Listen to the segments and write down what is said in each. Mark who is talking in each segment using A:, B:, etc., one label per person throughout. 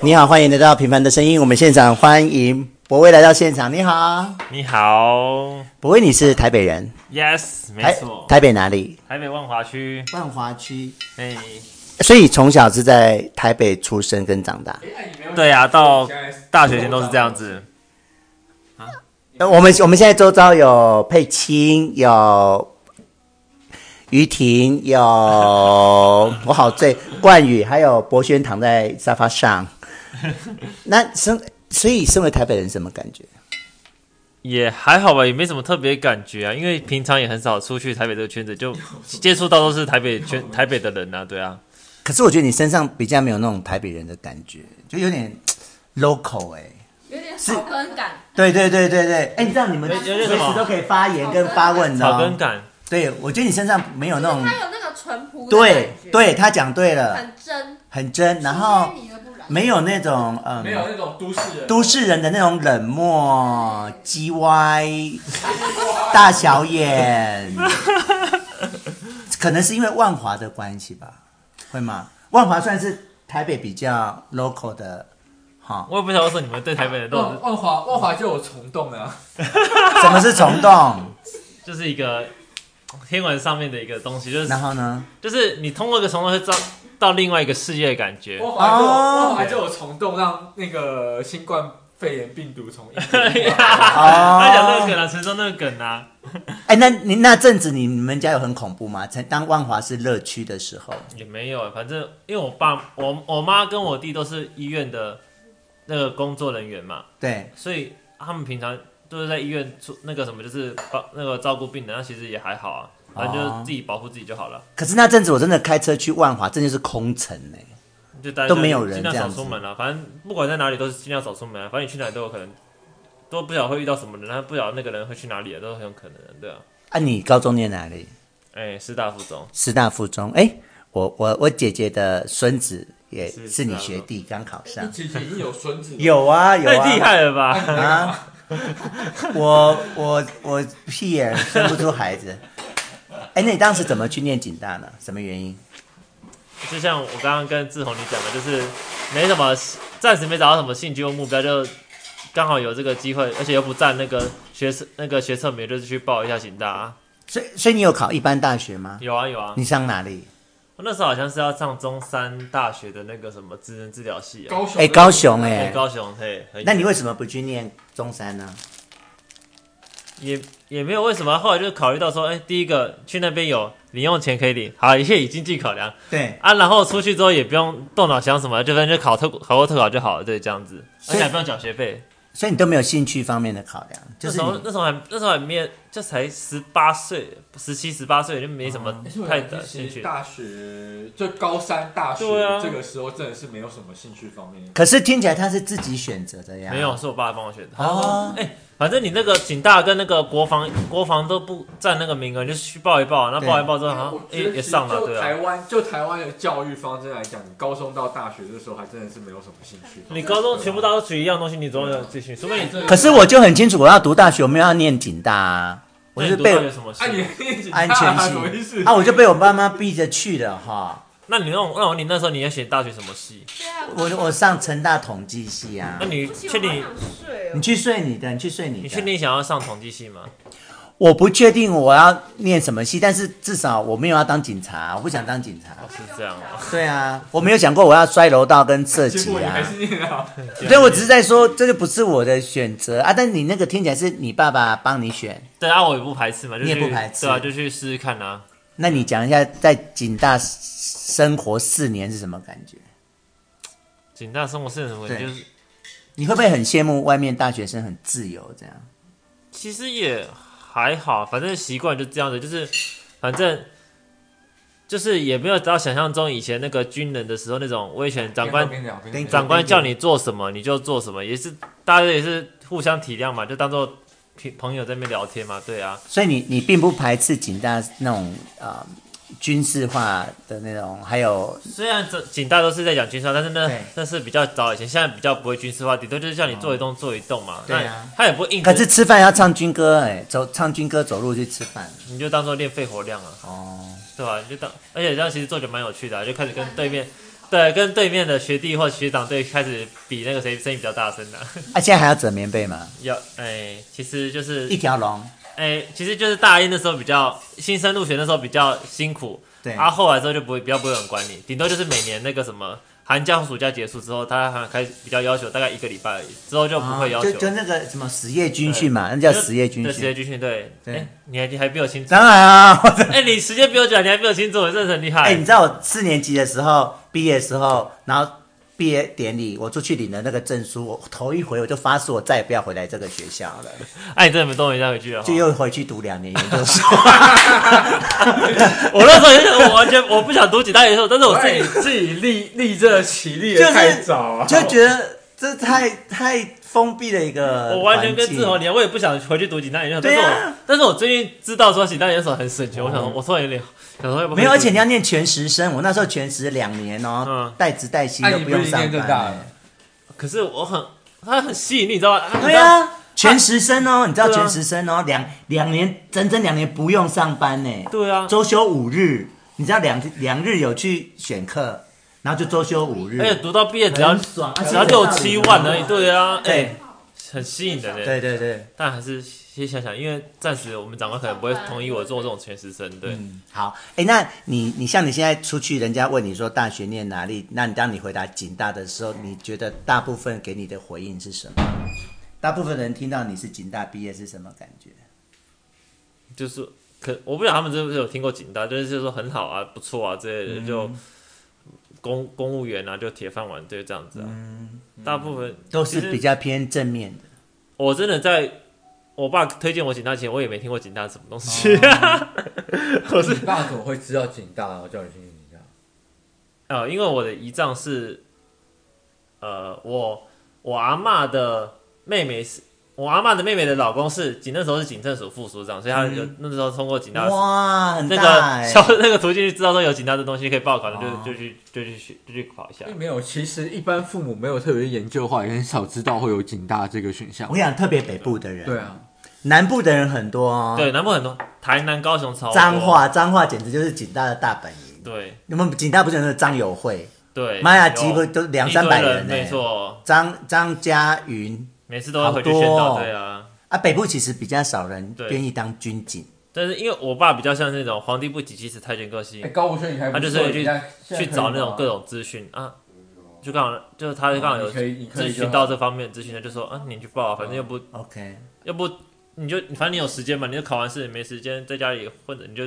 A: 你好，欢迎来到《平凡的声音》，我们现场欢迎博威来到现场。你好，
B: 你好
A: 博威，你是台北人，
B: ，Yes，没
A: 台
B: 错，
A: 台北哪里？
B: 台北万华区，
A: 万华区。
B: 哎，
A: 所以从小是在台北出生跟长大。
C: 哎
B: 对啊，到大学前都是这样子，
A: 呃我们我们现在周遭有佩青，有于婷，有我好醉冠宇，还有博轩躺在沙发上。那身所以身为台北人什么感觉？
B: 也还好吧，也没什么特别感觉啊，因为平常也很少出去台北这个圈子，就接触到都是台北圈台北的人啊，对啊，
A: 可是我觉得你身上比较没有那种台北人的感觉，就有点 local 哎、
D: 有点草根感，
A: 对对对对对，哎，你知道你们
B: 有有
A: 随
B: 点什么
A: 时都可以发言跟发问的、
B: 草根
A: 哦。
B: 感，
A: 对，我觉得你身上没有啊那
D: 就是
A: 种
D: 它，有那个淳朴的
A: 对
D: 感觉，
A: 对，他讲对了，
D: 很真。
A: 很真，然后
D: 其实你的不然
A: 没有那种嗯，
C: 没有那种都市人，
A: 都市人的那种冷漠、叽歪、大小 眼，可能是因为万华的关系吧？会吗？万华算是台北比较 local 的，哈、
B: 我也不晓得为什么你们对台北人 都
E: 哦
C: 万万华万华就有虫洞啊，
A: 什么是虫洞？
B: 就是一个天文上面的一个东西，就是
A: 然后 呢？
B: 就是你通过一个虫洞会到到另外一个世界的感觉，
C: 万华就有
A: 哦
C: 万华就有虫洞，让那个新冠肺炎病毒从印度
B: 对呀，
A: 哦
B: 他讲那个梗啊，陈松那个梗啊。
A: 哎，那你那阵子你你们家有很恐怖吗？曾当万华是乐区的时候，
B: 也没有，反正因为我爸、我我妈跟我弟都是医院的那个工作人员嘛，
A: 对，
B: 所以他们平常都是在医院做那个什么，就是帮那个照顾病人，那其实也还好啊，反正
A: 哦
B: 就是自己保护自己就好了，
A: 可是那阵子我真的开车去万华，真的是空城哎、
B: 就大家
A: 都没有人
B: 尽量
A: 这
B: 少
A: 样子
B: 出门啊。反正不管在哪里都是尽量少出门、啊，反正你去哪里都有可能，都不晓得会遇到什么人，然后不晓得那个人会去哪里、啊，都很有可能的，对啊。
A: 啊，你高中念哪里？
B: 哎、师大附中，
A: 师大附中。哎，我我我姐姐的孙子也
B: 是
A: 是你
B: 师大附
A: 学
B: 中
A: 弟，刚考
C: 你
A: 上。
C: 姐姐已经有孙子了，
A: 有啊有
B: 太
A: 啊，
B: 厉害了吧！
A: 啊！我我我屁眼生不出孩子。哎，那你当时怎么去念警大呢？什么原因？
B: 就像我刚刚跟志宏你讲的，就是没什么，暂时没找到什么兴趣或目标，就刚好有这个机会，而且又不占那个学测那个学测名，就是去报一下行大、啊。
A: 所以所以你有考一般大学吗？
B: 有啊有啊，
A: 你上哪里？
B: 我那时候好像是要上中山大学的那个什么职能治疗系啊，
C: 高雄
A: 哎，高雄
B: 对
A: 哎，
B: 高雄嘿。很远
A: 那你为什么不去念中山呢？
B: 也也没有为什么，后来就考虑到说，哎、第一个去那边有零用钱可以领，好，一切以经济考量
A: 对，
B: 啊，然后出去之后也不用动脑想什么，就反正就考特考过特考就好了，对，这样子，而
A: 所以
B: 且还不用缴学费。
A: 所以你都没有兴趣方面的考量，就是
B: 那时
A: 你
B: 候那时候还那时候还没有就才十八岁，十七十八岁就没什
A: 啊
B: 么
C: 但哎是我
B: 太
C: 觉
B: 大
C: 得其
B: 兴
C: 实
B: 趣。
C: 大学就高三大学
B: 对啊
C: 这个时候真的是没有什么兴趣方面，
A: 可是听起来他是自己选择的呀。
B: 没有，是我爸帮我选的。
A: 哦
B: 哎、反正你那个警大跟那个国防国防都不占那个名额，你就去报一报，那
A: 对
B: 报一报之后好像
C: 我觉
B: 啊也
C: 得
B: 也
C: 其实
B: 上了，
C: 就
B: 对
C: 台
B: 啊。
C: 湾就台湾的教育方针来讲，你高中到大学的时候还真的是没有什么兴趣。啊
B: 你高中全部大家都学一样东西，你总要有自己学，除非你这
A: 可是我就很清楚，我要读大学，我没有要念警大啊，我是被
B: 啊那你读到底有什么系
C: 哎，你
A: 安全
C: 什么意思
A: 系啊，？我就被我爸妈逼着去的哈。
B: 那你那我那我你那时候你要选大学什么系？
D: 对啊，
A: 我我上成大统计系啊
B: 那。你
D: 不行
B: 确
D: 我
B: 定
D: 好想睡
A: 你
D: 哦。
A: 去睡你的，你去睡你
B: 你
A: 的。
B: 确定想要上统计系吗？
A: 我不确定我要念什么系，但是至少我没有要当警察，我不想当警察。
B: 哦，是这样哦。
A: 对啊，我没有想过我要摔楼道跟射
C: 结
A: 击
C: 果你
A: 啊
C: 还。是念啊，
A: 对，我只是在说，这就不是我的选择啊。但你那个听起来是你爸爸帮你选，
B: 对啊，我也不排斥嘛，就
A: 你也
B: 去
A: 不排斥
B: 对啊，就去试试看啊。
A: 那你讲一下在警大生活四年是什么感觉？
B: 警大生活是什么？
A: 对
B: 就是
A: 你会不会很羡慕外面大学生很自由这样？
B: 其实也还好，反正习惯就这样子，就是反正就是也没有到想象中以前那个军人的时候那种威权长官
C: 边聊边聊
B: 长官叫你做什么你就做什么，也是大家也是互相体谅嘛，就当做朋友在那边聊天嘛，对啊，
A: 所以你你并不排斥警大那种啊、呃军事化的那种，还有
B: 虽然这警大都是在讲军事化，但是那
A: 对
B: 那是比较早以前，现在比较不会军事化，顶多就是叫你做一动做一动嘛，
A: 对啊
B: 那他也不会硬着，
A: 可是吃饭要唱军歌哎、走唱军歌走路去吃饭
B: 你就当做练肺活量啊。
A: 哦。
B: 对吧、你就当，而且这样其实做着蛮有趣的啊、就开始跟对面对，跟对面的学弟或学长队开始比那个谁声音比较大声的、
A: 啊，现在还要折棉被吗？
B: 要哎、其实就是
A: 一条龙，
B: 哎、其实就是大一那时候比较新生入学那时候比较辛苦，
A: 对
B: 啊，后来之后就不会比较不会有人管你，顶多就是每年那个什么寒假或暑假结束之后，他还开始比较要求，大概一个礼拜而已，之后就不会要求。
A: 哦啊就就那个什么实业军训嘛，那叫实业军
B: 对实业
A: 训。
B: 军训，对，哎、
A: 对
B: 你还你还比我清楚，
A: 当然啊，我这
B: 哎、你时间比我久，你还比我清楚，真的是很厉害。
A: 哎、你知道我四年级的时候毕业的时候，然后毕业典礼，我出去领了那个证书，我头一回我就发誓我再也不要回来这个学校了，
B: 哎、你真的没动一下回去了哈。
A: 就又回去读两年研究 所。
B: 我那时候也是，我完全我不想读几大研究，但是我自己
C: 哎自己立立这起立
A: 就
C: 的
A: 是
C: 太早啊，
A: 就觉得这太太封闭的一个环境，
B: 我完全跟志宏连，我也不想回去读警大研究所，但
A: 对
B: 是我、
A: 啊哦
B: 但是我最近知道说警大研究所很省钱，我想说，我突然有点想说要不要
A: 没有，
B: 回
A: 而
B: 去
A: 且你要念全时生，我那时候全时两年哦
B: 嗯，
A: 带职带薪
C: 哎
A: 都
C: 你
A: 不
C: 不是
A: 用上
C: 念
A: 班
C: 正大
A: 哎、
C: 的
B: 可是我很他很吸引力，你知道吗？他
A: 对，啊，全时生哦，你知道
B: 对啊
A: 全时生哦，两两年整整两年不用上班呢、
B: 对啊，
A: 周休五日，你知道两两日有去选课，然后就周休五日，
B: 而且读到毕业只要
A: 很爽，啊
B: 只要六七万而已，。
A: 是有道理的
B: 对啊，哎、
A: 对
B: 很吸引人的。
A: 对对对，
B: 但还是先想想，因为暂时我们长官可能不会同意我做这种全时生，对，
A: 嗯，好，哎，那你你像你现在出去，人家问你说大学念哪里，那你当你回答警大的时候，你觉得大部分给你的回应是什么？大部分人听到你是警大毕业是什么感觉？
B: 就是可我不知道他们是不是有听过警大，就是说很好啊，不错啊之
A: 嗯
B: 类的，就公公务员啊，就铁饭碗，对，这样子啊，
A: 嗯
B: 大部分
A: 都是
B: 其实
A: 比较偏正面的。
B: 我真的在我爸推荐我警大前，我也没听过警大是什么东西。
A: 哦
B: 我是
E: 你爸怎么会知道警大？然后叫你去警大？
B: 呃，因为我的姨丈是，呃，我我阿嬷的妹妹是。我阿嬷的妹妹的老公是警，那时候是警政署副署长，所以他有、那时候通过警大
A: 嗯哇，很
B: 那
A: 大
B: 个
A: 哎、
B: 小 那个途径，就知道说有警大这东西可以报考的，就
A: 哦
B: 就去就去学就去考一下。
E: 没有，其实一般父母没有特别研究的话，也很少知道会有警大这个选项
A: 我。想特别北部的人，
E: 对，啊，
A: 南部的人很多哦。
B: 对，南部很多，台南、高雄超多
A: 彰，化，彰化简直就是警大的大本营。
B: 对
A: 你们警大不是有那个张友会、
B: 对，
A: 妈呀
B: 有
A: 几乎都两
B: 一
A: 三
B: 堆
A: 百
B: 人
A: 人呢
B: 没错，
A: 张张家云
B: 每次都会回去
A: 好多
B: 宣导，
A: 哦
B: 对啊。
A: 啊？北部其实比较少人
B: 对
A: 愿意当军警，
B: 但是因为我爸比较像那种皇帝不急，急死太监个性
E: 哎，，高武轩你还不
B: 他就是
E: 错
B: 去
E: 你现在现在
B: 去
E: 可以
B: 找那种
E: 吗
B: 各种资讯啊，就刚好就是他刚好有
E: 哦你可以你可以
B: 咨
E: 就
B: 询
E: 好哦
B: 到这方面的资讯，他就说啊，你去报啊，反正又不
A: OK，
B: 又不你就反正你有时间嘛，你就考完试你没时间，在家里混着你就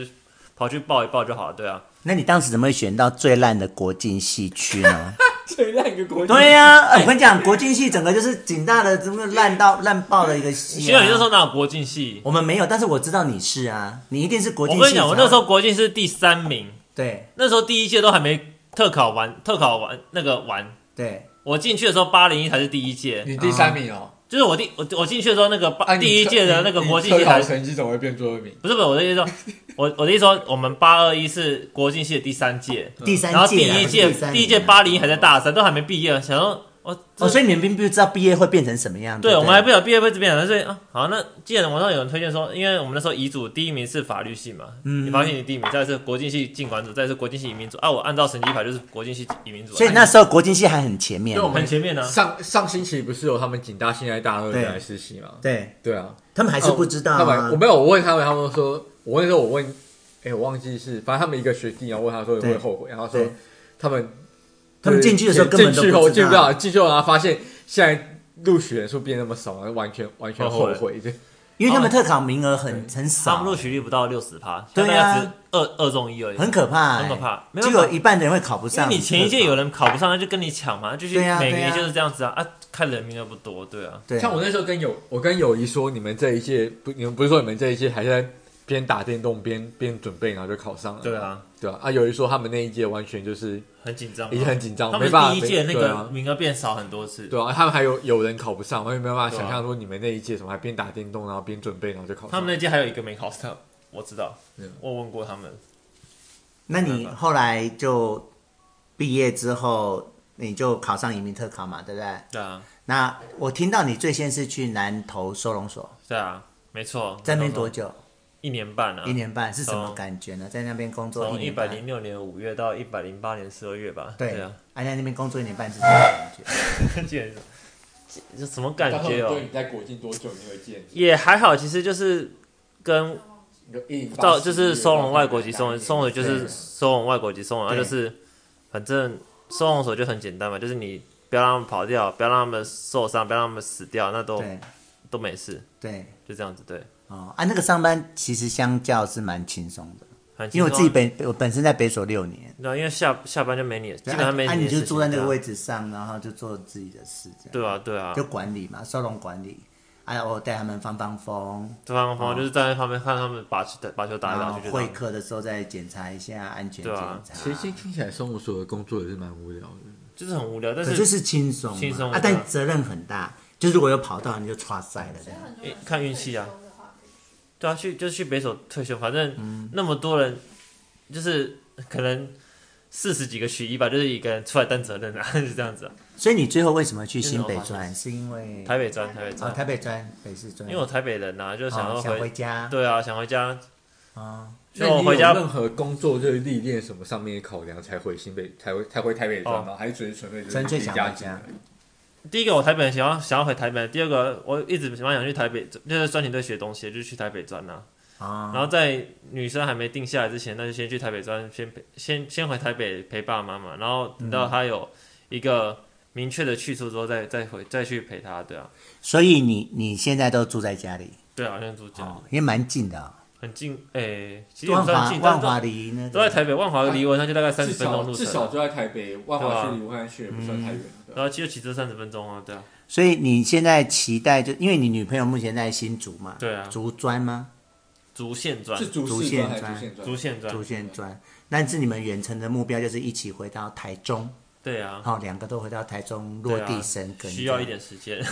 B: 跑去报一报就好了，对啊。
A: 那你当时怎么会选到最烂的国境系区 呢？
E: 最烂个国家。
A: 对呀、呃我跟你讲，国境系整个就是警大的，真的烂到烂爆的一个系、
B: 学
A: 啊。
B: 长，你那时候哪有国境系？
A: 我们没有，但是我知道你是啊，你一定是国境
B: 我
A: 系。
B: 跟你讲，我那时候国境是第三名，
A: 对
B: 那时候第一届都还没特考完，特考完那个完，
A: 对，
B: 我进去的时候八零一才是第一届，
E: 你第三名哦，
B: 就是我第我我进去的时候那个八、
E: 啊你
B: 第一届的那个
E: 你
B: 国际
E: 你
B: 系
E: 车考
B: 才
E: 成绩怎么会变最后一名？
B: 不是不是，我的意思说，我我的意思说，我们八二一是国际系的第三届，
A: 第三
B: 嗯然后第
A: 届啊，
B: 一
A: 不是
B: 届
A: 三
B: 第一届
A: 年啊
B: 八零还在大三，都还没毕业，想说我
A: 哦，所以你们并不知道毕业会变成什么样。
B: 对
A: 不
B: 我们还不晓得毕业会怎么样，所以啊，好，那既然网上有人推荐说，因为我们那时候遗嘱第一名是法律系嘛，
A: 嗯
B: 你发现你第一名，再来是国际系进管组，再来是国际系移民组啊，我按照成绩排就是国际系移民组啊，
A: 所以那时候国境系还很前面
E: 对，我们
B: 很前面呢、啊，
E: 上上星期不是有他们警大现在大二的来实习吗？
A: 对
E: 对啊，
A: 他们还是
B: 哦
A: 不知道
E: 他们
A: 啊
E: 我。没有，我问他们，他们说，我那时候我问，哎、我忘记是，反正他们一个学弟，然后问他说你会
A: 对
E: 后悔，然后他说
A: 对
E: 他们
A: 他们进去的时候根本都
E: 进去后
A: 不
E: 进
A: 知
E: 不
A: 道
E: 了，。进去后然后发现现在录取人数变那么少，然后完全完全后
B: 后
E: 悔，对，
A: 因为他们特考名额很很
B: 哦他们
A: 少
B: 录，取率不到六十趴，
A: 对啊
B: 现在大概只二二中一而已，
A: 很可怕、欸
B: 很可怕没有
A: 就有一半的人会考不
B: 因为
A: 上。
B: 你前一届有人考不上，那就跟你抢嘛，就是
A: 对啊
B: 每个
A: 对啊
B: 年就是这样子啊，啊，看人名额不多，对啊，
A: 对，
E: 像我那时候跟友，我跟友谊说，你们这一届不，你们不是说你们这一届还在边打电动边边准备，然后就考上了，
B: 对，啊，
E: 对啊，啊，友谊说他们那一届完全就是
B: 很紧张啊，
E: 已经很紧张，
B: 他
E: 没
B: 们
E: 办法
B: 第一届那
E: 对
B: 个
E: 啊
B: 名额变少很多次，
E: 对啊，他们还有有人考不上，我也没办法
B: 对啊
E: 想象说你们那一届什么还边打电动然后边准备然后就考上。
B: 他们那届还有一个没考上，我知
A: 啊
B: 道
E: 嗯，
B: 我问过他们，
A: 那你后来就毕业之后，你就考上移民特考嘛，对不对？
B: 对啊，
A: 那我听到你最先是去南投收容所，
B: 对啊，没错，
A: 在那边多久？
B: 一年半啊，
A: 一年半是什么
B: 从
A: 感觉呢？在那边工作
B: 从
A: 一
B: 一
A: 年
B: 百
A: 半，
B: 零六年五月到一百零八年十二月吧，
A: 对
B: 啊，
A: 安在那边工作一年半是什么感觉？
B: 见这什么感觉
E: 到时候
B: 哦
E: 对？你在国境多久你会见？
B: 也还好，其实就是跟
E: 你就一零八
B: 到
E: 四
B: 就是收
A: 哦
B: 容外国籍，
E: 一零
B: 收容
E: 八
B: 收容就是
A: 对
B: 收容外国籍，收容啊
A: 对
B: 就是反正收容所就很简单嘛，就是你不要让他们跑掉，不要让他们受伤，不要让他们死掉，那都
A: 对
B: 都没事，
A: 对
B: 就这样子对。
A: 哦啊，那个上班其实相较是蛮轻松的，
B: 很轻
A: 因为我自己
B: 松啊
A: 本我本身在北所六年，
B: 对啊，因为下下班就没你，基本
A: 啊
B: 上没
A: 啊
B: 的
A: 你就
B: 事情
A: 坐在那
B: 对
A: 个
B: 啊
A: 位置上，然后就做自己的事，这样
B: 对啊，对啊，
A: 就管理嘛，收容管理，哎、啊，我带他们放放风，
B: 对方方就是站在旁边看他们把球打把球打来
A: 然
B: 打
A: 后
B: 去，就
A: 哦
B: 这
A: 会
B: 样
A: 客的时候再检查一下安全检
B: 对
A: 查，
B: 啊
E: 其实听起来收容所的工作也是蛮无聊的。
B: 就是很无聊，但
A: 可是是轻松嘛
B: 轻松
A: 啊，
B: 对啊
A: 但责任很大，就是如果有跑到你就刷塞了这样。
B: 诶看运气啊。对啊，去就是去北手退休，反正那么多人，就是可能四十几个学医吧，就是一个人出来担责任啊， 就是这样子啊。
A: 所以你最后为什么去新北专？是因为
B: 台北专，台北
A: 哦，
B: 专，
A: 台北专、北市专，
B: 因为我台北人呐、啊，就想
A: 哦
B: 要
A: 想
B: 回，
A: 回家
B: 对啊，想回家，
A: 啊，
B: 就
E: 那
B: 我
E: 你
B: 回
E: 有
B: 家
E: 任何工作就是历练什么上面的考量才回新北，才回才回台北转
B: 哦
E: 吗？还是只是纯粹就是
A: 纯粹想
E: 离家
A: 回
E: 近
A: 家
E: 而已？
B: 第一个我台北人想要想要回台北，第二个我一直蛮想去台北，就是专题队学东西，就是去台北专呐、
A: 哦
B: 然后在女生还没定下来之前，那就先去台北专，先陪先先回台北陪爸妈妈，然后等到她有一个明确的去处之后再，再回再去陪她，对啊，
A: 所以你你现在都住在家里，
B: 对啊，好像住家、
A: 哦，也蛮近的哦，
B: 很近，诶、其实也
A: 万
B: 不算
A: 华
B: 近，但
A: 万
B: 是
A: 华离那
B: 都在
A: 个，
B: 台北，万华离文山就大概三
E: 至
B: 十分钟
E: 少
B: 路
E: 至少
B: 程，啊
E: 就在台北万华区离武汉区也不算太远啊的。
B: 然后就骑车三十分钟啊，对啊，
A: 所以你现在期待就因为你女朋友目前在新竹嘛，
B: 对啊
A: 竹专吗？
B: 竹线啊专
E: 是，
A: 竹
E: 竹系
A: 线
E: 专还是
A: 专
E: 竹线专？
B: 啊竹线专
A: 竹，县专，但是你们远程的目标就是一起回到台中，
B: 对啊，
A: 好，两个都回到台中落
B: 对啊
A: 地生根，
B: 需要一点时间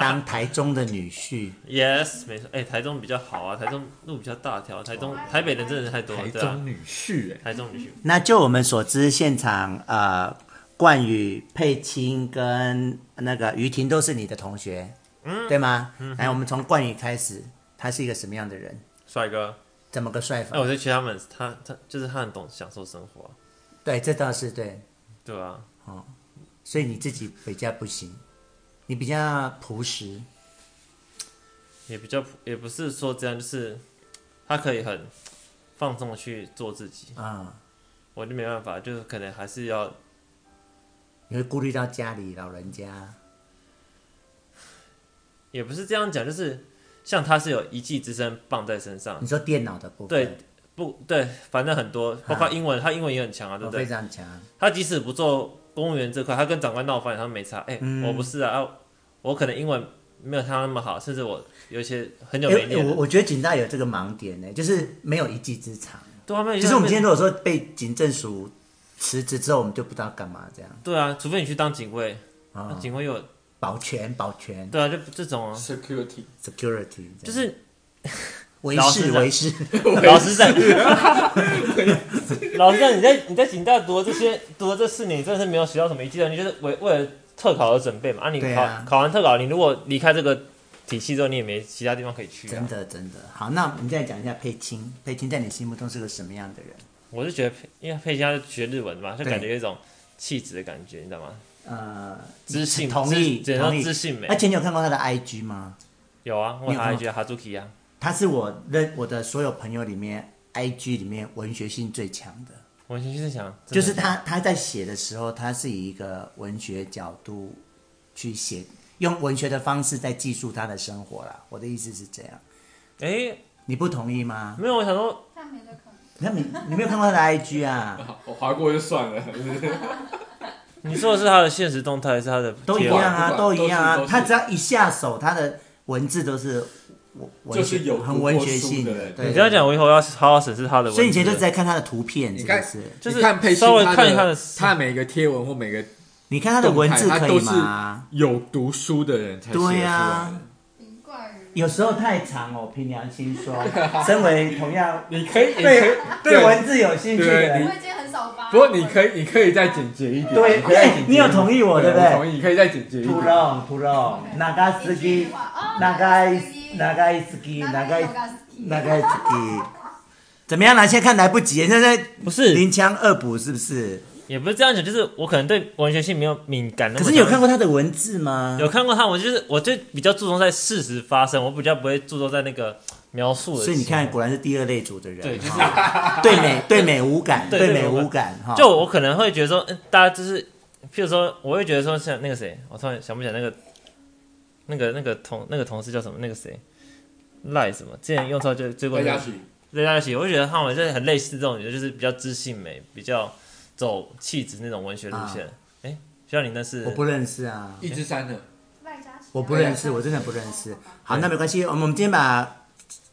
A: 当台中的女婿。
B: ，yes，没错，诶、台中比较好啊，台中路比较大条，台中台北人真的太多了，
E: 台
B: 对啊，
E: 中女婿哎，
B: 台中女婿。
A: 那就我们所知，现场呃，冠宇、佩青跟那个于婷都是你的同学，嗯，对吗？来，我们从冠宇开始，他是一个什么样的人？
B: 帅哥，
A: 怎么个帅法？
B: 那我就觉得他们，他他就是他很懂享受生活啊、
A: 对，这倒是对，
B: 对啊，
A: 所以你自己比较不行，你比较朴实，
B: 也比较普也不是说这样，就是他可以很放纵地去做自己，
A: 嗯，
B: 我就没办法，就是可能还是要
A: 你会顾虑到家里老人家，
B: 也不是这样讲，就是像他是有一技之身棒在身上
A: 你，说电脑的部分，
B: 对不对？反正很多，包括英文，他英文也很强啊，对
A: 我
B: 不
A: 哦非
B: 对？
A: 常强，
B: 他即使不做公务员这块，他跟长官闹翻，他没差。哎、
A: 嗯
B: 我不是啊，啊我可能英文没有他那么好，甚至我有一些很久
A: 因
B: 没
A: 为
B: 练
A: 哎我
B: 了。
A: 我觉得警大有这个盲点呢，就是没有一技之长。
B: 对啊，没有
A: 就是我们今天如果说被警政署辞职之后，我们就不知道干嘛这样
B: 对啊，除非你去当警卫，那
A: 啊，
B: 警卫有
A: 保全、保全、
B: 对啊，就这种啊，
E: security
A: security，这样
B: 就是
A: 维
B: 老
A: 士
B: 师的
A: 维 士，
B: 老 师在，老师在，你在你在警大读了这些读了这四年，你真的是没有学到什么一技能，你就是为为了特考而准备嘛。啊，你
A: 对
B: 考、
A: 啊
B: 考完特考，你如果离开这个体系之后，你也没其他地方可以去
A: 真
B: 啊。
A: 的真的好。那我们再讲一下佩青，佩青在你心目中是个什么样的人？
B: 我是觉得佩，因为佩佳学日文嘛，就
A: 对
B: 感觉有一种气质的感觉，你知道吗？
A: 呃，啊
B: 知性
A: 同意
B: 知
A: 同意
B: 知性美
A: 而且你有看过他的 IG 吗？
B: 有啊，我
A: 你有看
B: 还
A: 吗
B: 觉得哈朱基啊，
A: 他是我认我的所有朋友里面 IG 里面文学性最强的。
B: 我心里想，真
A: 就
B: 的
A: 是他他在写的时候，他是以一个文学角度去写，用文学的方式在记述他的生活啦。我的意思是这样，
B: 哎、
A: 你不同意吗？
B: 没有，我想说
D: 他没在看，
A: 那你你没有看过他的 IG 啊？
E: 我划过就算了，
B: 你说的是他的现实动态，还是他的
A: 都一
B: 贴文
A: 样啊，
E: 不管
A: 都一样
E: 都
A: 啊。
E: 是
A: 他只要一下手，他的文字都是文文
E: 就是
A: 学
E: 有读
A: 很文学
E: 过书
A: 性
E: 的人
A: 对，
B: 你这样讲，我以后要好好审视他的文字。
A: 所以你以前就是在看他的图片，
E: 你
A: 是不
E: 看
A: 是？
B: 就是
E: 你看佩欣
B: 稍微
E: 她
B: 看一下的
E: 他每个贴文或每个
A: 你看他的文字
E: 动态
A: 可
E: 他
A: 以
E: 都
A: 吗？
E: 是有读书的人才写得出来
A: 对
E: 的
A: 啊
D: 林冠宇
A: 有时候太长哦，凭良心 说，身为同样
E: 你可以，你可以
A: 对对文字有兴趣的
E: 对
A: 人
E: 你，
D: 我已经很少发。
E: 不过你可以，你可以再简洁一点。
A: 对哎
E: 你可以再简洁一点
A: 你有同意我对不对
E: 我同意，你可以再简洁一
A: 土
E: 点。
A: 龙土龙，那个司
D: 一
A: 机
D: 句，话哦
A: 那个那
D: 那个
A: 个司机，那
D: 那
A: 个
D: 个
A: 那个司机，怎么样啦？现在看来不及，现在
B: 不是
A: 临枪恶补是不是？
B: 也不是这样讲，就是我可能对文学性没有敏感那么
A: 可
B: 强。
A: 是你有看过他的文字吗？
B: 有看过他，我就是我就比较注重在事实发生，我比较不会注重在那个描述的。
A: 所以你看，，果然是第二类组的人，
B: 对就是
A: 哈对美对美无感，
B: 对
A: 对
B: 对
A: 美
B: 美无
A: 无感哈。
B: 就我可能会觉得说，嗯大家就是，譬如说，我会觉得说，像那个谁，我突然想不起来那个，那个那个同那个同事叫什么，那个谁，赖什么，之前用错就追过
C: 戴
B: 那
C: 佳
B: 个
C: 琪，
B: 对大家喜，我就觉得他们就是很类似这种，就是比较知性美，比较走气质那种文学路线。哎、学校你那是
A: 啊我不认识啊，
C: 一之三的，
D: 赖佳琪啊
A: 我不认识，我真的不认识。好，那没关系，我们我们今天把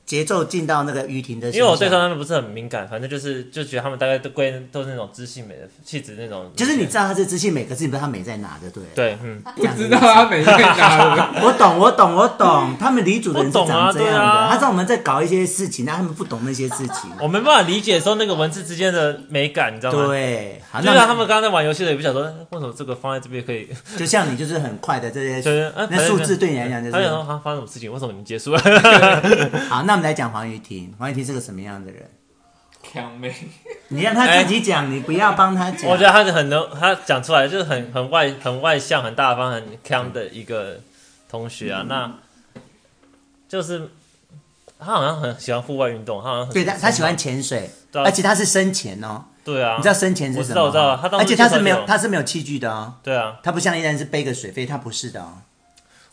A: 节奏进到那个于婷的身上，
B: 因为我对他们不是很敏感，反正就是就觉得他们大概都归都是那种知性美的气质那种。
A: 就是你知道她是知性美，可是你不知道她美在哪，对不对？，
B: 对，嗯，
A: 不
C: 知道。他每天拿 的。
A: 我懂，我懂，我懂。他们李主人是
B: 我懂啊
A: 长这样
B: 对
A: 的，
B: 啊哦
A: 他知道我们在搞一些事情，但他们不懂那些事情。
B: 我没办法理解说那个文字之间的美感，你知道吗？
A: 对，好，
B: 啊就
A: 啊那
B: 像他们刚刚在玩游戏的，也不想说为什么这个放在这边可以，
A: 就像你就是很快的这些
B: 就是哎，
A: 那数字对你来讲就
B: 他想
A: 是
B: 说啊，发生什么事情？为什么你们结 束了？
A: 好。那我们来讲黄雨婷，黄雨婷是个什么样的人？
C: 强妹，
A: 你让他自己讲，你不要帮他讲。
B: 哎我觉得他是很能，他讲出来就是很很外很外向、很大方、很强的一个同学
A: 嗯
B: 啊。那就是他好像很喜欢户外运动，他好像很
A: 对他，他喜欢潜水，
B: 对啊
A: 而且他是深潜哦。
B: 对啊，
A: 你知道深潜是
B: 我
A: 什
B: 知
A: 么吗？
B: 道我知道他当
A: 而
B: 时
A: 且他是没
B: 介
A: 有，
B: 绍给我
A: 他是没有器具的哦。
B: 对啊，
A: 他不像一人是背个水费，他不是的哦，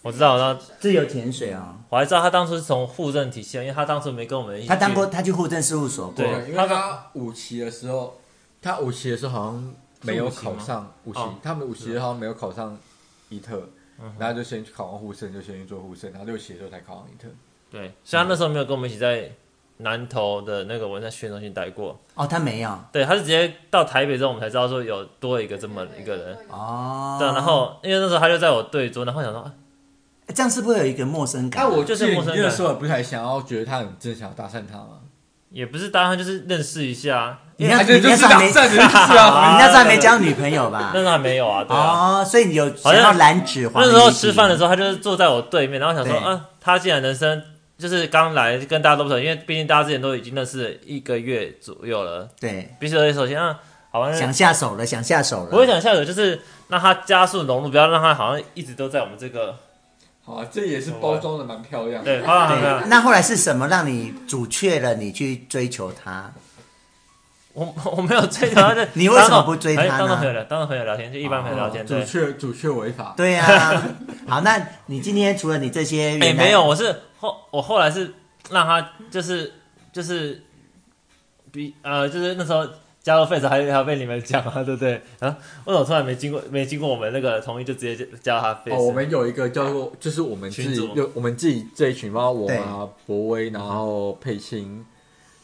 B: 我知道。然后
A: 自由潜水哦。
B: 我还知道他当初是从户政体系，因为他当初没跟我们一起去。
A: 他当过，他去户政事务所过
B: 对。
E: 对，因为他五期的时候，他五期的时候好像没有考上五期
B: 哦，
E: 他们五期的时候好像没有考上伊特，
A: 嗯
E: 然后就先去考上护生，就先去做护生，然后六期的时候才考上伊特。
B: 对，所以他那时候没有跟我们一起在南投的那个文山训练中心待过。
A: 哦，他没有
B: 对，他是直接到台北之后，我们才知道说有多一个这么一个人。。
A: 哦。
B: 对啊，然后因为那时候他就在我对桌，然后想说，啊
A: 这样是不是有一个陌生感？
E: 但我
B: 就
E: 记
B: 是
E: 得你
B: 陌生
E: 那
B: 感
E: 时候不是还想要觉得他很正，想要搭讪他吗？
B: 也不是搭讪，就是认识一下。啊
A: 你那
E: 还
A: 你
E: 是就
A: 那
E: 是
A: 时候
E: 搭
A: 还没，你
E: 讪， 你就是啊。
A: 那时候还没交女朋友吧
B: 那？时候还没有啊，对啊。
A: 哦，所以你有
B: 好
A: 想
B: 像
A: 要染指黄
B: 那
A: 雨婷？
B: 时候吃饭的时候，他就是坐在我对面，然后想说，
A: 对
B: 啊，他既然人生就是刚来，跟大家都不熟，因为毕竟大家之前都已经认识一个月左右了，
A: 对，
B: 必须得首先啊，好像
A: 想下手了，想下手了。
B: 不会想下手，就是让他加速融入，不要让他好像一直都在我们这个
C: 好啊，这也是包装的蛮漂亮的。
B: 啊对，好像好像
A: 对，那后来是什么让你阻却了你去追求他？
B: 我我没有追求他，就
A: 你为什么不追他呢哦
B: 当做朋友聊，当做朋友聊天，就一般朋友聊天，
E: 主
B: 对。
E: 却主却违法，
A: 对呀、 啊，好，那你今天除了你这些
B: 哎、
A: 原来，
B: 没有，我是后我后来是让他就是就是比呃，就是那时候加入 Face 还还要被你们讲啊，对不对？啊，为什么突然没经过没经过我们那个同意就直接加入他 Face？、
E: 哦，我们有一个叫做，就是我们自
B: 群
E: 己
B: 组，
E: 就我们自己这一群，包括我
A: 对
E: 啊、博威，然后佩青，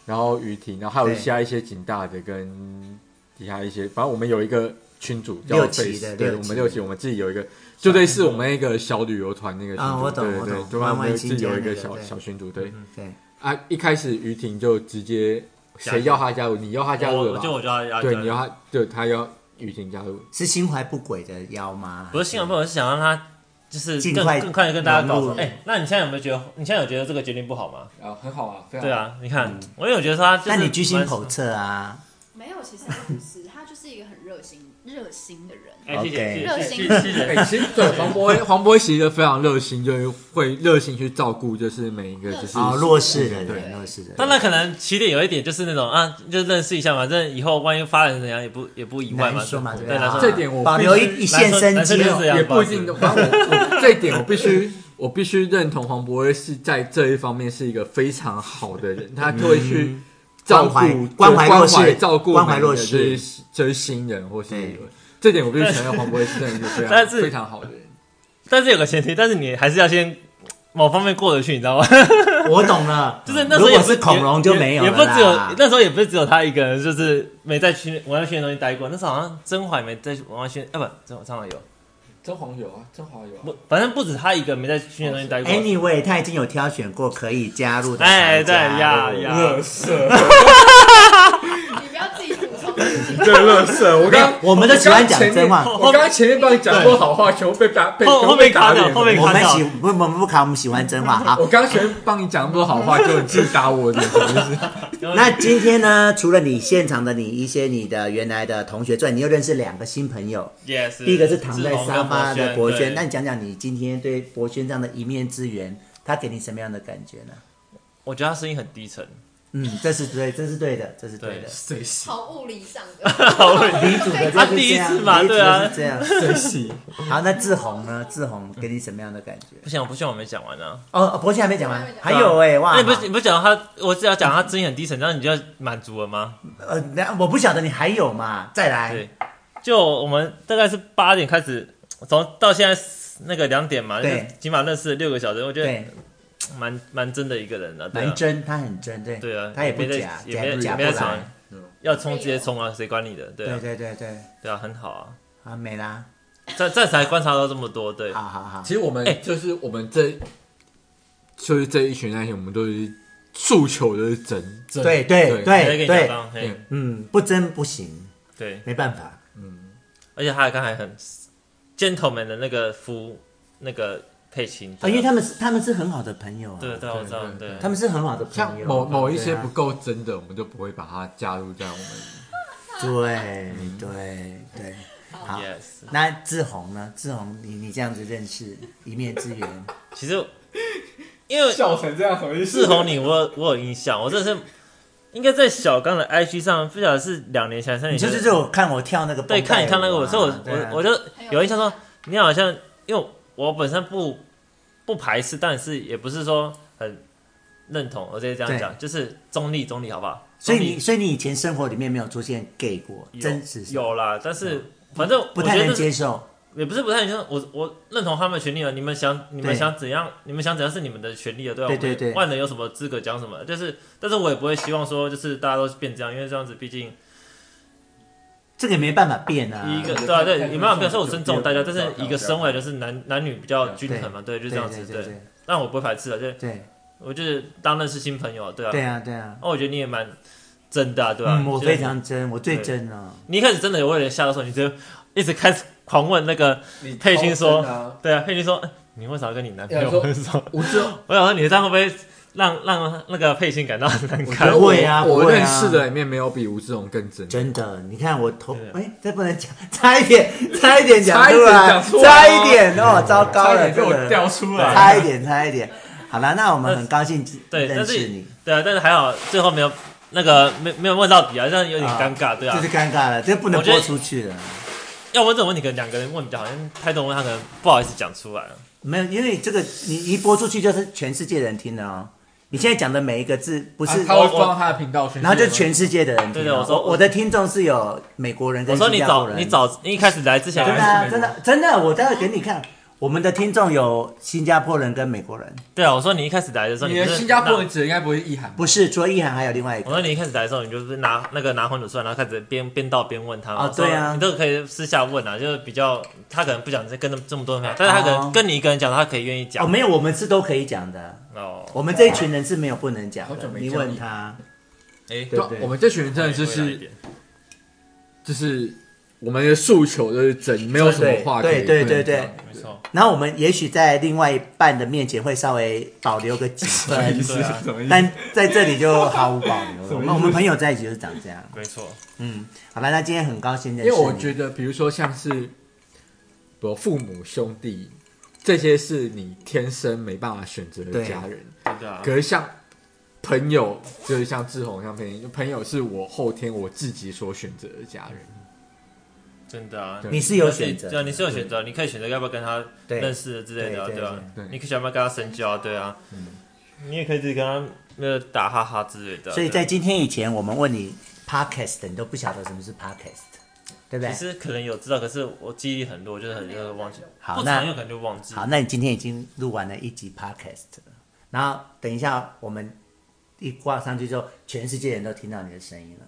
E: 然后雨婷，然后还有
A: 对
E: 其他一些警大的跟其他一些，反正我们有一个群组叫
A: 六期
E: Face，
A: 的
E: 对，
A: 六期
E: 我们六期，我们自己有一个，就类似我们那个小旅游团那个群
A: 啊我
E: 组，
A: 懂
E: 对对
A: 我
E: 对，
A: 懂
E: 就慢
A: 弯
E: 慢
A: 弯
E: 自
A: 新
E: 己有
A: 疆
E: 一个
A: 那个
E: 小
A: 对
E: 小群组，对
A: 对，
E: 啊，一开始雨婷就直接
B: 加
E: 谁
B: 入
E: 要她加入，你要她加入
B: 我
E: 的
B: 我
E: 吧
B: 就？我就要要
E: 对，你要她，就她要雨婷加入，
A: 是心怀不轨的妖吗？
B: 不是幸好不好，我是想让他就是
A: 尽
B: 更
A: 快
B: 更快的跟大家搞
A: 融
B: 熟。
A: 入
B: 哎、那你现在有没有觉得你现在有觉得这个决定不好吗？
C: 啊，很好啊，非常
B: 对，啊，你看，我有觉得他、就是，
A: 但你居心叵测啊！
D: 没有，其实他不是，他就是一个很热心、热心的人。
B: 哎、谢谢
A: OK
B: 谢
D: 热
B: 谢
D: 心
B: 谢谢谢谢。
E: 哎、 其实对黄渤，黄渤其实都非常热心，就是会热心去照顾，就是每一个就是
A: 啊、弱势的
E: 对
A: 人，弱势的人。
B: 当然，可能起点有一点就是那种啊，就认识一下嘛，反正以后万一发展怎样也不也不意外嘛。
A: 难说嘛对
B: 对，
A: 啊
B: 难说
E: 这点我
A: 保
E: 必
A: 留
E: 须
A: 一一线生
B: 男生
A: 机哦
B: 男生就是 这样
E: 也不一定。
B: 不
E: 反正我我这一点我必须 我必须认同黄渤是在这一方面是一个非常好的人，他就会
B: 嗯
E: 去照顾
A: 关怀
E: 关
A: 关怀弱势
E: 照顾
A: 关怀
E: 每一个
A: 弱势
E: 就是就是新人或是
A: 对
E: 这点我必须承认黄渤是真的一个非
B: 但
E: 常
B: 是
E: 非常好的人。
B: 但是有个前提，但是你还是要先某方面过得去，你知道吗？
A: 我懂了，
B: 就是那时
A: 如
B: 候也
A: 果
B: 不
A: 是恐龙就没有
B: 也
A: 了
B: 也不只有
A: 啦
B: 那时候也不是只有他一个人，就是没在去文化圈的东西待过。那时候好像甄嬛也没在文化圈，啊不，甄嬛上有
C: 真黄油啊，真黄油啊。
B: 不，反正不止他一个没在训练中心待过。
A: Anyway，他已经有挑选过可以加入的商
B: 哎
A: 家
B: 对呀
A: 了
B: 呀，
C: 色，
D: 你不要自己补充自己。
C: 这个乐色，我刚
A: 哎我们都喜欢讲真话
C: 我刚刚前面帮你讲过好话，全部被打，被
B: 后后面
C: 全部被打
B: 卡掉
C: 脸
B: 后面
A: 我们喜不不不卡，我们喜欢真话好
E: 我，刚刚前面帮你讲那么多好话，结果你自己打我脸， 真的是。
B: 嗯
A: 那今天呢，除了你现场的你一些你的原来的同学之外，你又认识两个新朋友。
B: Yes，
A: 第一个是躺在
B: 志宏跟
A: 沙发的博
B: 对
A: 轩，那你讲讲你今天对博轩这样的一面之缘，他给你什么样的感觉呢？
B: 我觉得他声音很 低沉，
A: 嗯，这是对，这是对的，这是对的。
E: 谁洗
D: 好物理上 的，
B: 好我
A: 李主 的就是这样
B: 啊第一次嘛
A: 李主
B: 对啊
A: 的是这 样。
E: 谁洗？
A: 好，那志宏呢？志宏给你什么样的感觉？
B: 不行，我不信我没讲完啊。
A: 哦，哦博轩还没讲
D: 还
A: 完
D: 没，讲
A: 还有哎、哇，
B: 那啊你不你不讲他，我只要讲他声音很低沉，这样你就满足了吗？
A: 呃，那我不晓得你还有嘛，再来
B: 对，就我们大概是八点开始，从到现在那个两点嘛，
A: 对
B: 就是起码认识了六个小时，我觉得
A: 对，
B: 蛮蛮真的一个人了、啊，对啊
A: 蛮真，他很真，对，
B: 对啊
A: 他也不
B: 也没在
A: 假，
B: 也没
A: 假
B: 也
A: 假不
B: 没在藏
A: 来，
B: 要冲直接冲啊，谁管你的？对啊
A: 对对对对，
B: 对啊，很好啊，
A: 啊，没啦，
B: 暂暂时还观察到这么多，对
A: 好好好
E: 其，实我们
B: 哎
E: 就是我们这，就是这一群那些，我们都是诉求的是真，真
A: 对对
E: 对
B: 谁
A: 对
B: 跟你打
A: 对，
B: 仗，嘿，
A: 嗯，不真不行，
B: 对，啊
A: 没办法，
B: 而且他刚才很 gentleman 的那个服那个配琴，
A: 啊，因为他们是他们是很好的朋友啊，
B: 对对，我知道，对，
A: 他们是很好的
E: 像
A: 朋友，
E: 某某一些
A: 对啊
E: 不够真的，我们就不会把它加入在我们。
A: 对啊对对，好。
B: yes，
A: 那志宏呢？志宏，你你这样子认识一面之缘，
B: 其实因为
C: 笑成这样，什么意思？
B: 志宏你我有我有印象，我这是应该在小刚的 IG 上，不晓得是两年前还是三
A: 你
B: 年
A: 就
B: 前，
A: 是我看我跳那个
B: 对
A: 蹦
B: 看
A: 带
B: 你看那个
A: 舞
B: 我，
A: 啊
B: 所以我
A: 对啊
B: 我我就有印象说你好像，因为我本身不不排斥，但是也不是说很认同，我直接这样讲，就是中立中立好不好？
A: 所以
B: 中立
A: 你所以你以前生活里面没有出现 gay 过，
B: 有
A: 真实是嗯
B: 有啦，但是反正
A: 不
B: 我
A: 太
B: 觉
A: 能
B: 得
A: 接受。
B: 也不是不太能接受，我我认同他们的权利了。你们想你们
A: 对
B: 想怎样，你们想怎样是你们的权利了，对吧、
A: 对
B: 我们
A: 对对
B: 外人有什么资格讲什么？就是，但是我也不会希望说，就是大家都变这样，因为这样子毕竟
A: 这个也没办法变啊。
B: 一个、
C: 对
B: 对啊对，
C: 看
B: 你们有没有
C: 看
B: 说我尊重
C: 看
B: 大家，
C: 看
B: 但是一个身位就是男男女比较均衡嘛，对，就
A: 对
B: 这样
A: 对
B: 子
A: 对
B: 对。但我不会排斥的，就
A: 对对
B: 我就是当认识新朋友，对啊。
A: 对啊对啊！
B: 那、我觉得你也蛮真的、啊，对吧、
A: 嗯，我
B: 就是
A: 非常真，我最
B: 对
A: 真啊了。
B: 你一开始真的有为了吓到说，你就一直开始狂问那个，
C: 你
B: 佩君
C: 超
B: 说
C: 真 啊
B: 对啊，佩君说呃你为啥要跟你男朋友
C: 要说
B: 分手？
E: 我只有
B: 我想说你这样会不会让让那个佩欣感到很难堪？
A: 不会啊不
E: 我
A: 会啊
E: 认识的里面没有比吴志荣更真。
A: 真的，你看我头
B: 对，啊
A: 哎，这不能讲，差一点，差一点讲
C: 差一
A: 出
C: 点
A: 来
C: 讲，出来
A: 差
C: 哦
A: 一点哦，糟
C: 差一
A: 糕了，
C: 点被
A: 这
C: 我
A: 个
C: 掉出来，
A: 差一点，差一点。好了，那我们很高兴
B: 对
A: 认
B: 但是
A: 识你，
B: 对啊，但是还好最后没有那个没没有问到底啊，这样有点尴尬，对啊
A: 这是。尴尬了，这不能
B: 我觉得
A: 播出去了。
B: 要问这种问题，可能两个人问比较好，像太多人问他可能不好意思讲出来啊了。
A: 没有，因为这个你一播出去就是全世界人听的哦。你现在讲的每一个字不
E: 不
A: 是
E: 他会
B: 我
E: 放他的频道圈，
A: 然后就全世界的人听啊。
B: 啊对对我说
A: 我的听众是有美国人
B: 我
A: 跟
B: 说
A: 新
B: 你
A: 加坡
B: 早
A: 人。
B: 你早你一开始来之前
A: 真的
B: 还是
A: 啊真的真的，我待会给你看。我们的听众有新加坡人跟美国人，
B: 对啊，我说你一开始来的时候，
E: 你
B: 不
E: 的
B: 是
E: 新加坡人
B: 拿。
E: 指的应该不会是意涵吧，
A: 不是除了意涵还有另外一
B: 我
A: 个。
B: 说你一开始来的时候，你就是拿那个拿红酒出来，然后开始边边倒边问他嘛。
A: 哦对啊
B: 说你都可以私下问啊，就是比较他可能不想再跟这么多人讲，但是他可
A: 哦
B: 能跟你一个人讲，他可以愿意讲
A: 哦，。没有，我们是都可以讲的。
B: 哦，
A: 我们这一群人是没有不能讲
E: 好
A: 的
E: 久。没
A: 你
E: 见
A: 问
E: 你
A: 他，
B: 哎，
A: 对不
E: 对
A: 对？
E: 我们这群人真的就
B: 微微一
E: 是
B: 点
E: 就是我们的诉求都是真，没有什么话可以
A: 对对对
E: 跟人
A: 对
E: 讲
A: 对
B: 没错。
A: 然后我们也许在另外一半的面前会稍微保留个 几分，
B: 对啊，
C: 什么意思？
A: 但在这里就毫无保留了。我
C: 么意
A: 们
C: 思
A: 我们朋友在一起就是长这样。
B: 没错，
A: 嗯，好了，那今天很高兴认
E: 因
A: 识
E: 为
A: 你。
E: 我觉得，比如说像是，比如父母、兄弟这些是你天生没办法选择的
A: 对
E: 家人，
B: 真的啊，
E: 可是像朋友，就是像志宏、像佩妮，朋友是我后天我自己所选择的家人。
B: 真的啊，
E: 对
A: 你是有选择
B: 对啊，
A: 的，
B: 你是有选择，你可以选择要不要跟他
A: 对
B: 认识之类的啊，
A: 对对嗯
B: 吧
E: 对？对
B: 你可以想要不要跟他深交啊，对啊，你也可以自己跟他那个打哈哈之类的啊。
A: 所以
B: 对
A: 在
B: 啊
A: 今天以前，我们问你 podcast，你都不晓得什么是 podcast，对不对
B: 其？实可能有知道，可是我记忆力很弱，就是很就是忘记，
A: 好
B: 不
A: 那
B: 常用可能就忘记。
A: 好，那你今天已经录完了一集 podcast 了，然后等一下我们一挂上去之后，全世界人都听到你的声音了。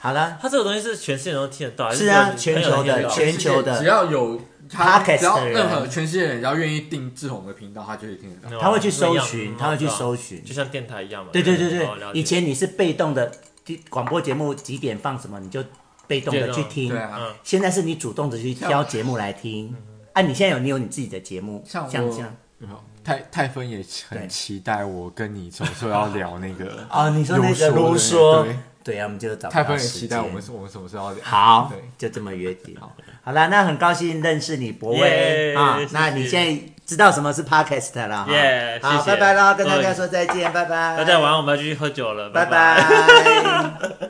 A: 好了，
B: 它这个东西是全世界人都听得到，还
A: 是啊
B: 只有
A: 全
B: 你
A: 球的
B: 朋友听得到
A: 全球的
E: 只要有他，
A: Podcast
E: 只要
A: 的人
E: 任何全世界人只要愿意订志宏的频道，他就会听得到。
B: 嗯
A: 他会去
B: 不一
A: 搜
B: 样
A: 寻，
B: 嗯
A: 他会去
B: 我知道
A: 搜寻。
B: 就像电台一样嘛。
A: 对对
B: 不
A: 对
B: 哦
A: 对，
B: 了解
A: 以前你是被动的，广播节目几点放什么你就被动的去听
E: 对，啊，
B: 嗯，
A: 现在是你主动的去挑节目来听。啊，你现在有你有你自己的节目，
E: 像
A: 像
E: 我
A: 这样
E: 然后泰泰芬也
A: 对
E: 很期待我跟你总说要聊那个
A: 哦，你说那个
E: 啰
A: 啰
E: 嗦的
A: 嗦
E: 对，
A: 对啊，我们就找不
E: 泰
A: 到
E: 芬也
A: 时
E: 期待我
A: 间
E: 们。我们什么时候要聊。
A: 好
E: 对，
A: 就这么约定。好啦，那很高兴认识你，博威
B: 耶
A: 啊
B: 谢谢。
A: 那你现在知道什么是 podcast 了哈
B: 耶
A: 好，
B: 谢谢
A: 拜拜喽，跟大
B: 各
A: 家
B: 位
A: 说再见，拜拜。
B: 大家晚，安，我们要继续喝酒了，
A: 拜
B: 拜
A: 拜。